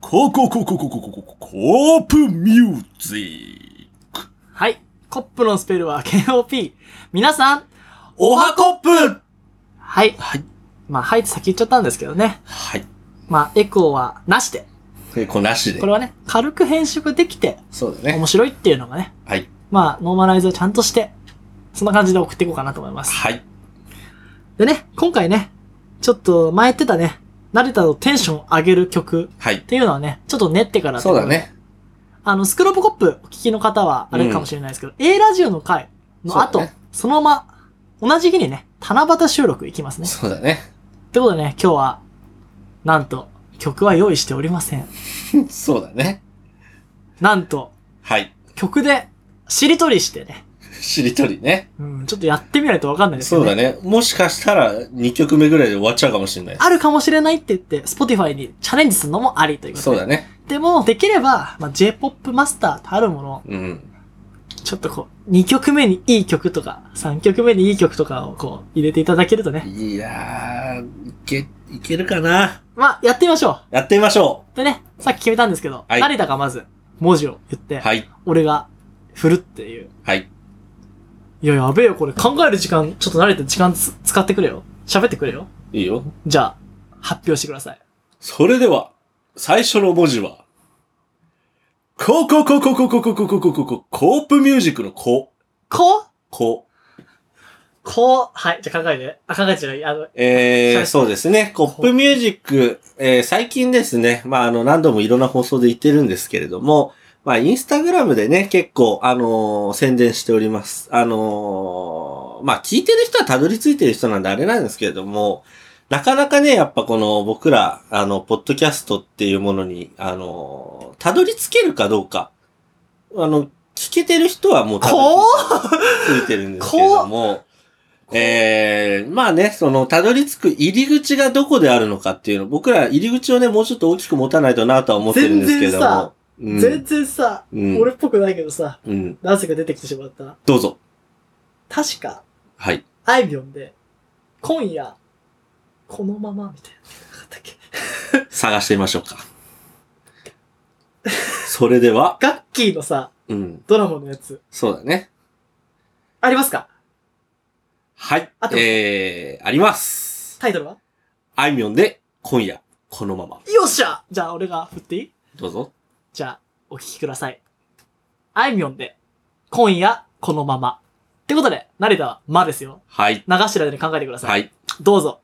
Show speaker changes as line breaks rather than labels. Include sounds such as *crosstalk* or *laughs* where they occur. ココココココココココープミュージック。
はい。コップのスペルは *laughs* KOP。皆さん
おはコップ
はい。
はい。
まあ、はいって先言っちゃったんですけどね。
はい。
まあ、エコーはなしで。
え、こなしで
こ。れはね、軽く編集ができて、
そうだね。
面白いっていうのがね。
はい。
まあ、ノーマライズをちゃんとして、そんな感じで送っていこうかなと思います。
はい。
でね、今回ね、ちょっと前言ってたね、慣れたのテンション上げる曲
は
っ
い。
ていうのはね、ちょっと練ってから
そうだ。ね。
あの、スクロープコップお聞きの方はあれかもしれないですけど、A ラジオの回の後、
そう
そ,、
だね
のまま、同じ日にね、七夕収録行きますね。
そうだね。
ってことでね、今日は、なんと、曲は用意しておりません。
そうだね。
なんと、
はい。
曲で、しりとりしてね、
しりとりね。
うん、ちょっとやってみないとわかんないですけ
そ
ど、
うだ
ね。
ね。もしかしたら2曲目ぐらいで終わっちゃうかもしれない。
あるかもしれないって言って、Spotify にチャレンジするのもありということで。
そうだね。
でも、できれば、まあ、J-POP マスターたるもの、
うん。
ちょっとこう、2曲目にいい曲とか、3曲目にいい曲とかをこう、入れていただけるとね。
いやー、いけ、いけるかな
まあ、やってみましょう
やってみましょ
でね、さっき決めたんですけど、
はい
誰だかまず、文字を言って、
う。はい。
俺が、振るっていう。
はい。
いや、やべえよ、これ。考える時間、ちょっと慣れて時間つ使ってくれよ。喋ってくれよ。
いいよ。
じゃあ、発表してください。
それでは、最初の文字は、コココココココココココココープミュージックのコ、
こう
コ。
こう。はい、じゃあ考えて。あ、考えてじゃない。あの、
えー、そうですね。コップミュージック、えー、最近ですね、まあ、あの、何度もいろんな放送で言ってるんですけれども、まあ、インスタグラムでね、結構、あのー宣伝しております。あのーまあ、聞いてる人はたどり着いてる人なんであれなんですけれども、なかなかね、やっぱこの僕ら、あの、ポッドキャストっていうものに、あのーたどり着けるかどうか、あの、聞けてる人はもうたどり着いてるんですけれども、ええまあね、その、たどり着く入り口がどこであるのかっていうの、僕ら入り口をね、もうちょっと大きく持たないとなとは思ってるんですけども。うん
全然さ、
うん
俺っぽくないけどさ、
うん。
なぜか出てきてしまった。
どうぞ。
確か、
はい。
あいみょんで、今夜、このまま、みたいな。なかったっけ
探してみましょうか。 *laughs* それでは、
ガッキーのさ、
うん。
ドラマのやつ、
そうだね。
ありますか
はい
あっ。てます
ええあります。
タイトルは
あいみょんで、今夜、このまま。
よっしゃじゃあ俺が振っていい
どうぞ。
じゃあ、お聞きください。あいみょんで、今夜、このまま。ってことで、成田は、まですよ。
はい。
流してる間に考えてください。
はい。
どうぞ。